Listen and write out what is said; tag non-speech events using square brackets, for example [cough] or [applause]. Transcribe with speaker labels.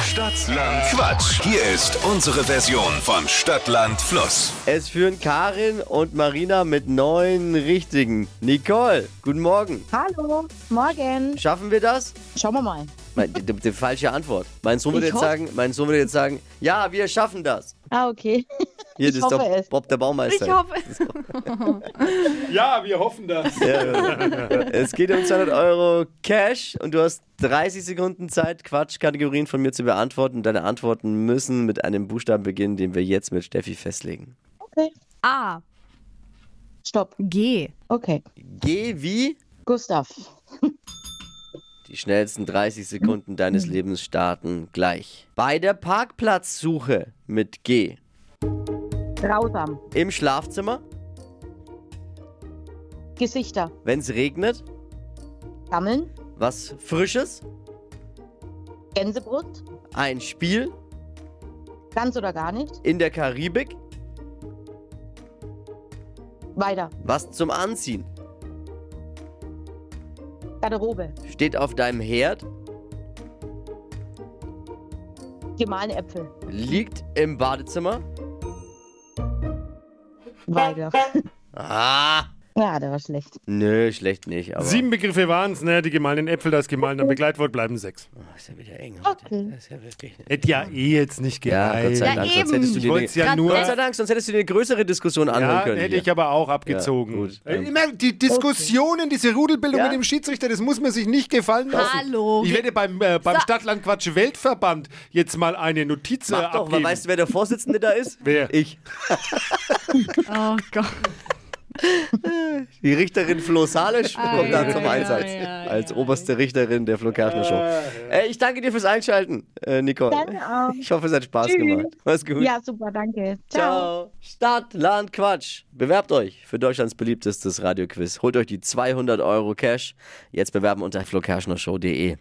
Speaker 1: Stadtland Quatsch. Hier ist unsere Version von Stadtland Fluss.
Speaker 2: Es führen Karin und Marina mit neun richtigen. Nicole, guten Morgen.
Speaker 3: Hallo, morgen.
Speaker 2: Schaffen wir das?
Speaker 3: Schauen wir mal.
Speaker 2: Mein, die, die, die falsche Antwort. Mein Sohn würde
Speaker 3: Ich
Speaker 2: jetzt
Speaker 3: hoff-
Speaker 2: sagen, mein Sohn würde jetzt sagen, ja, wir schaffen das.
Speaker 3: Ah, okay.
Speaker 2: Hier
Speaker 3: Ich
Speaker 2: das ist
Speaker 3: hoffe
Speaker 2: doch
Speaker 3: es.
Speaker 2: Bob der Baumeister.
Speaker 4: Ich hoffe.
Speaker 5: [laughs] Ja, wir hoffen das.
Speaker 2: Es geht um 200 Euro Cash und du hast 30 Sekunden Zeit, Quatschkategorien von mir zu beantworten. Deine Antworten müssen mit einem Buchstaben beginnen, den wir jetzt mit Steffi festlegen.
Speaker 3: Okay.
Speaker 4: A.
Speaker 3: Stopp.
Speaker 4: G.
Speaker 3: Okay.
Speaker 2: G wie?
Speaker 3: Gustav.
Speaker 2: Die schnellsten 30 Sekunden deines Lebens starten gleich. Bei der Parkplatzsuche mit G.
Speaker 3: Grausam.
Speaker 2: Im Schlafzimmer,
Speaker 3: Gesichter.
Speaker 2: wenn es regnet,
Speaker 3: Sammeln.
Speaker 2: was Frisches,
Speaker 3: Gänsebrust.
Speaker 2: ein Spiel,
Speaker 3: Ganz oder gar nicht.
Speaker 2: in der Karibik,
Speaker 3: Weiter.
Speaker 2: was zum Anziehen,
Speaker 3: Garderobe.
Speaker 2: steht auf deinem Herd,
Speaker 3: Gemahlene Äpfel.
Speaker 2: liegt im Badezimmer.
Speaker 3: [laughs] Weiter.
Speaker 2: Ah!
Speaker 3: Ja, der war schlecht.
Speaker 2: Nö, schlecht nicht, aber.
Speaker 5: Sieben Begriffe waren es, ne? Die gemahlenen Äpfel, das gemahlene Begleitwort bleiben sechs.
Speaker 2: Oh, ist ja wieder eng heute.
Speaker 3: Okay.
Speaker 2: Das ist ja wirklich.
Speaker 5: Hätte ja eh jetzt nicht
Speaker 2: Ja, Gott
Speaker 5: gereicht.
Speaker 2: sei
Speaker 4: Ja,
Speaker 2: Dank, sonst hättest du
Speaker 5: Ich
Speaker 2: dir
Speaker 5: wollte es ja
Speaker 4: Grad
Speaker 5: nur.
Speaker 2: Gott sei Dank, sonst hättest du dir eine größere Diskussion anhören
Speaker 5: Ja,
Speaker 2: können.
Speaker 5: hätte
Speaker 2: hier.
Speaker 5: ich aber auch abgezogen.
Speaker 2: Ja, gut.
Speaker 5: Äh, Immer die Diskussionen, diese Rudelbildung
Speaker 2: Ja.
Speaker 5: mit dem Schiedsrichter, das muss man sich nicht gefallen lassen.
Speaker 4: Hallo.
Speaker 5: Ich werde beim, äh, beim
Speaker 4: So.
Speaker 5: Stadtlandquatsch Weltverband jetzt mal eine Notiz äh,
Speaker 2: Mach doch mal,
Speaker 5: abgeben.
Speaker 2: weißt du, wer der Vorsitzende da ist?
Speaker 5: Wer?
Speaker 2: Ich.
Speaker 4: Oh Gott.
Speaker 2: Die Richterin Flo Salisch kommt da
Speaker 4: Ah, ja,
Speaker 2: zum
Speaker 4: ja,
Speaker 2: Einsatz.
Speaker 4: ja, ja.
Speaker 2: als oberste Richterin der Flo Kerschner Show. Äh, ich danke dir fürs Einschalten, äh, Nicole.
Speaker 3: Danke auch.
Speaker 2: Ich hoffe, es hat Spaß gemacht. Mach's gut.
Speaker 3: Ja, super, danke. Ciao.
Speaker 2: Ciao. Stadt, Land, Quatsch. Bewerbt euch für Deutschlands beliebtestes Radioquiz. Holt euch die 200 Euro Cash. Jetzt bewerben unter flokerschnershow.de.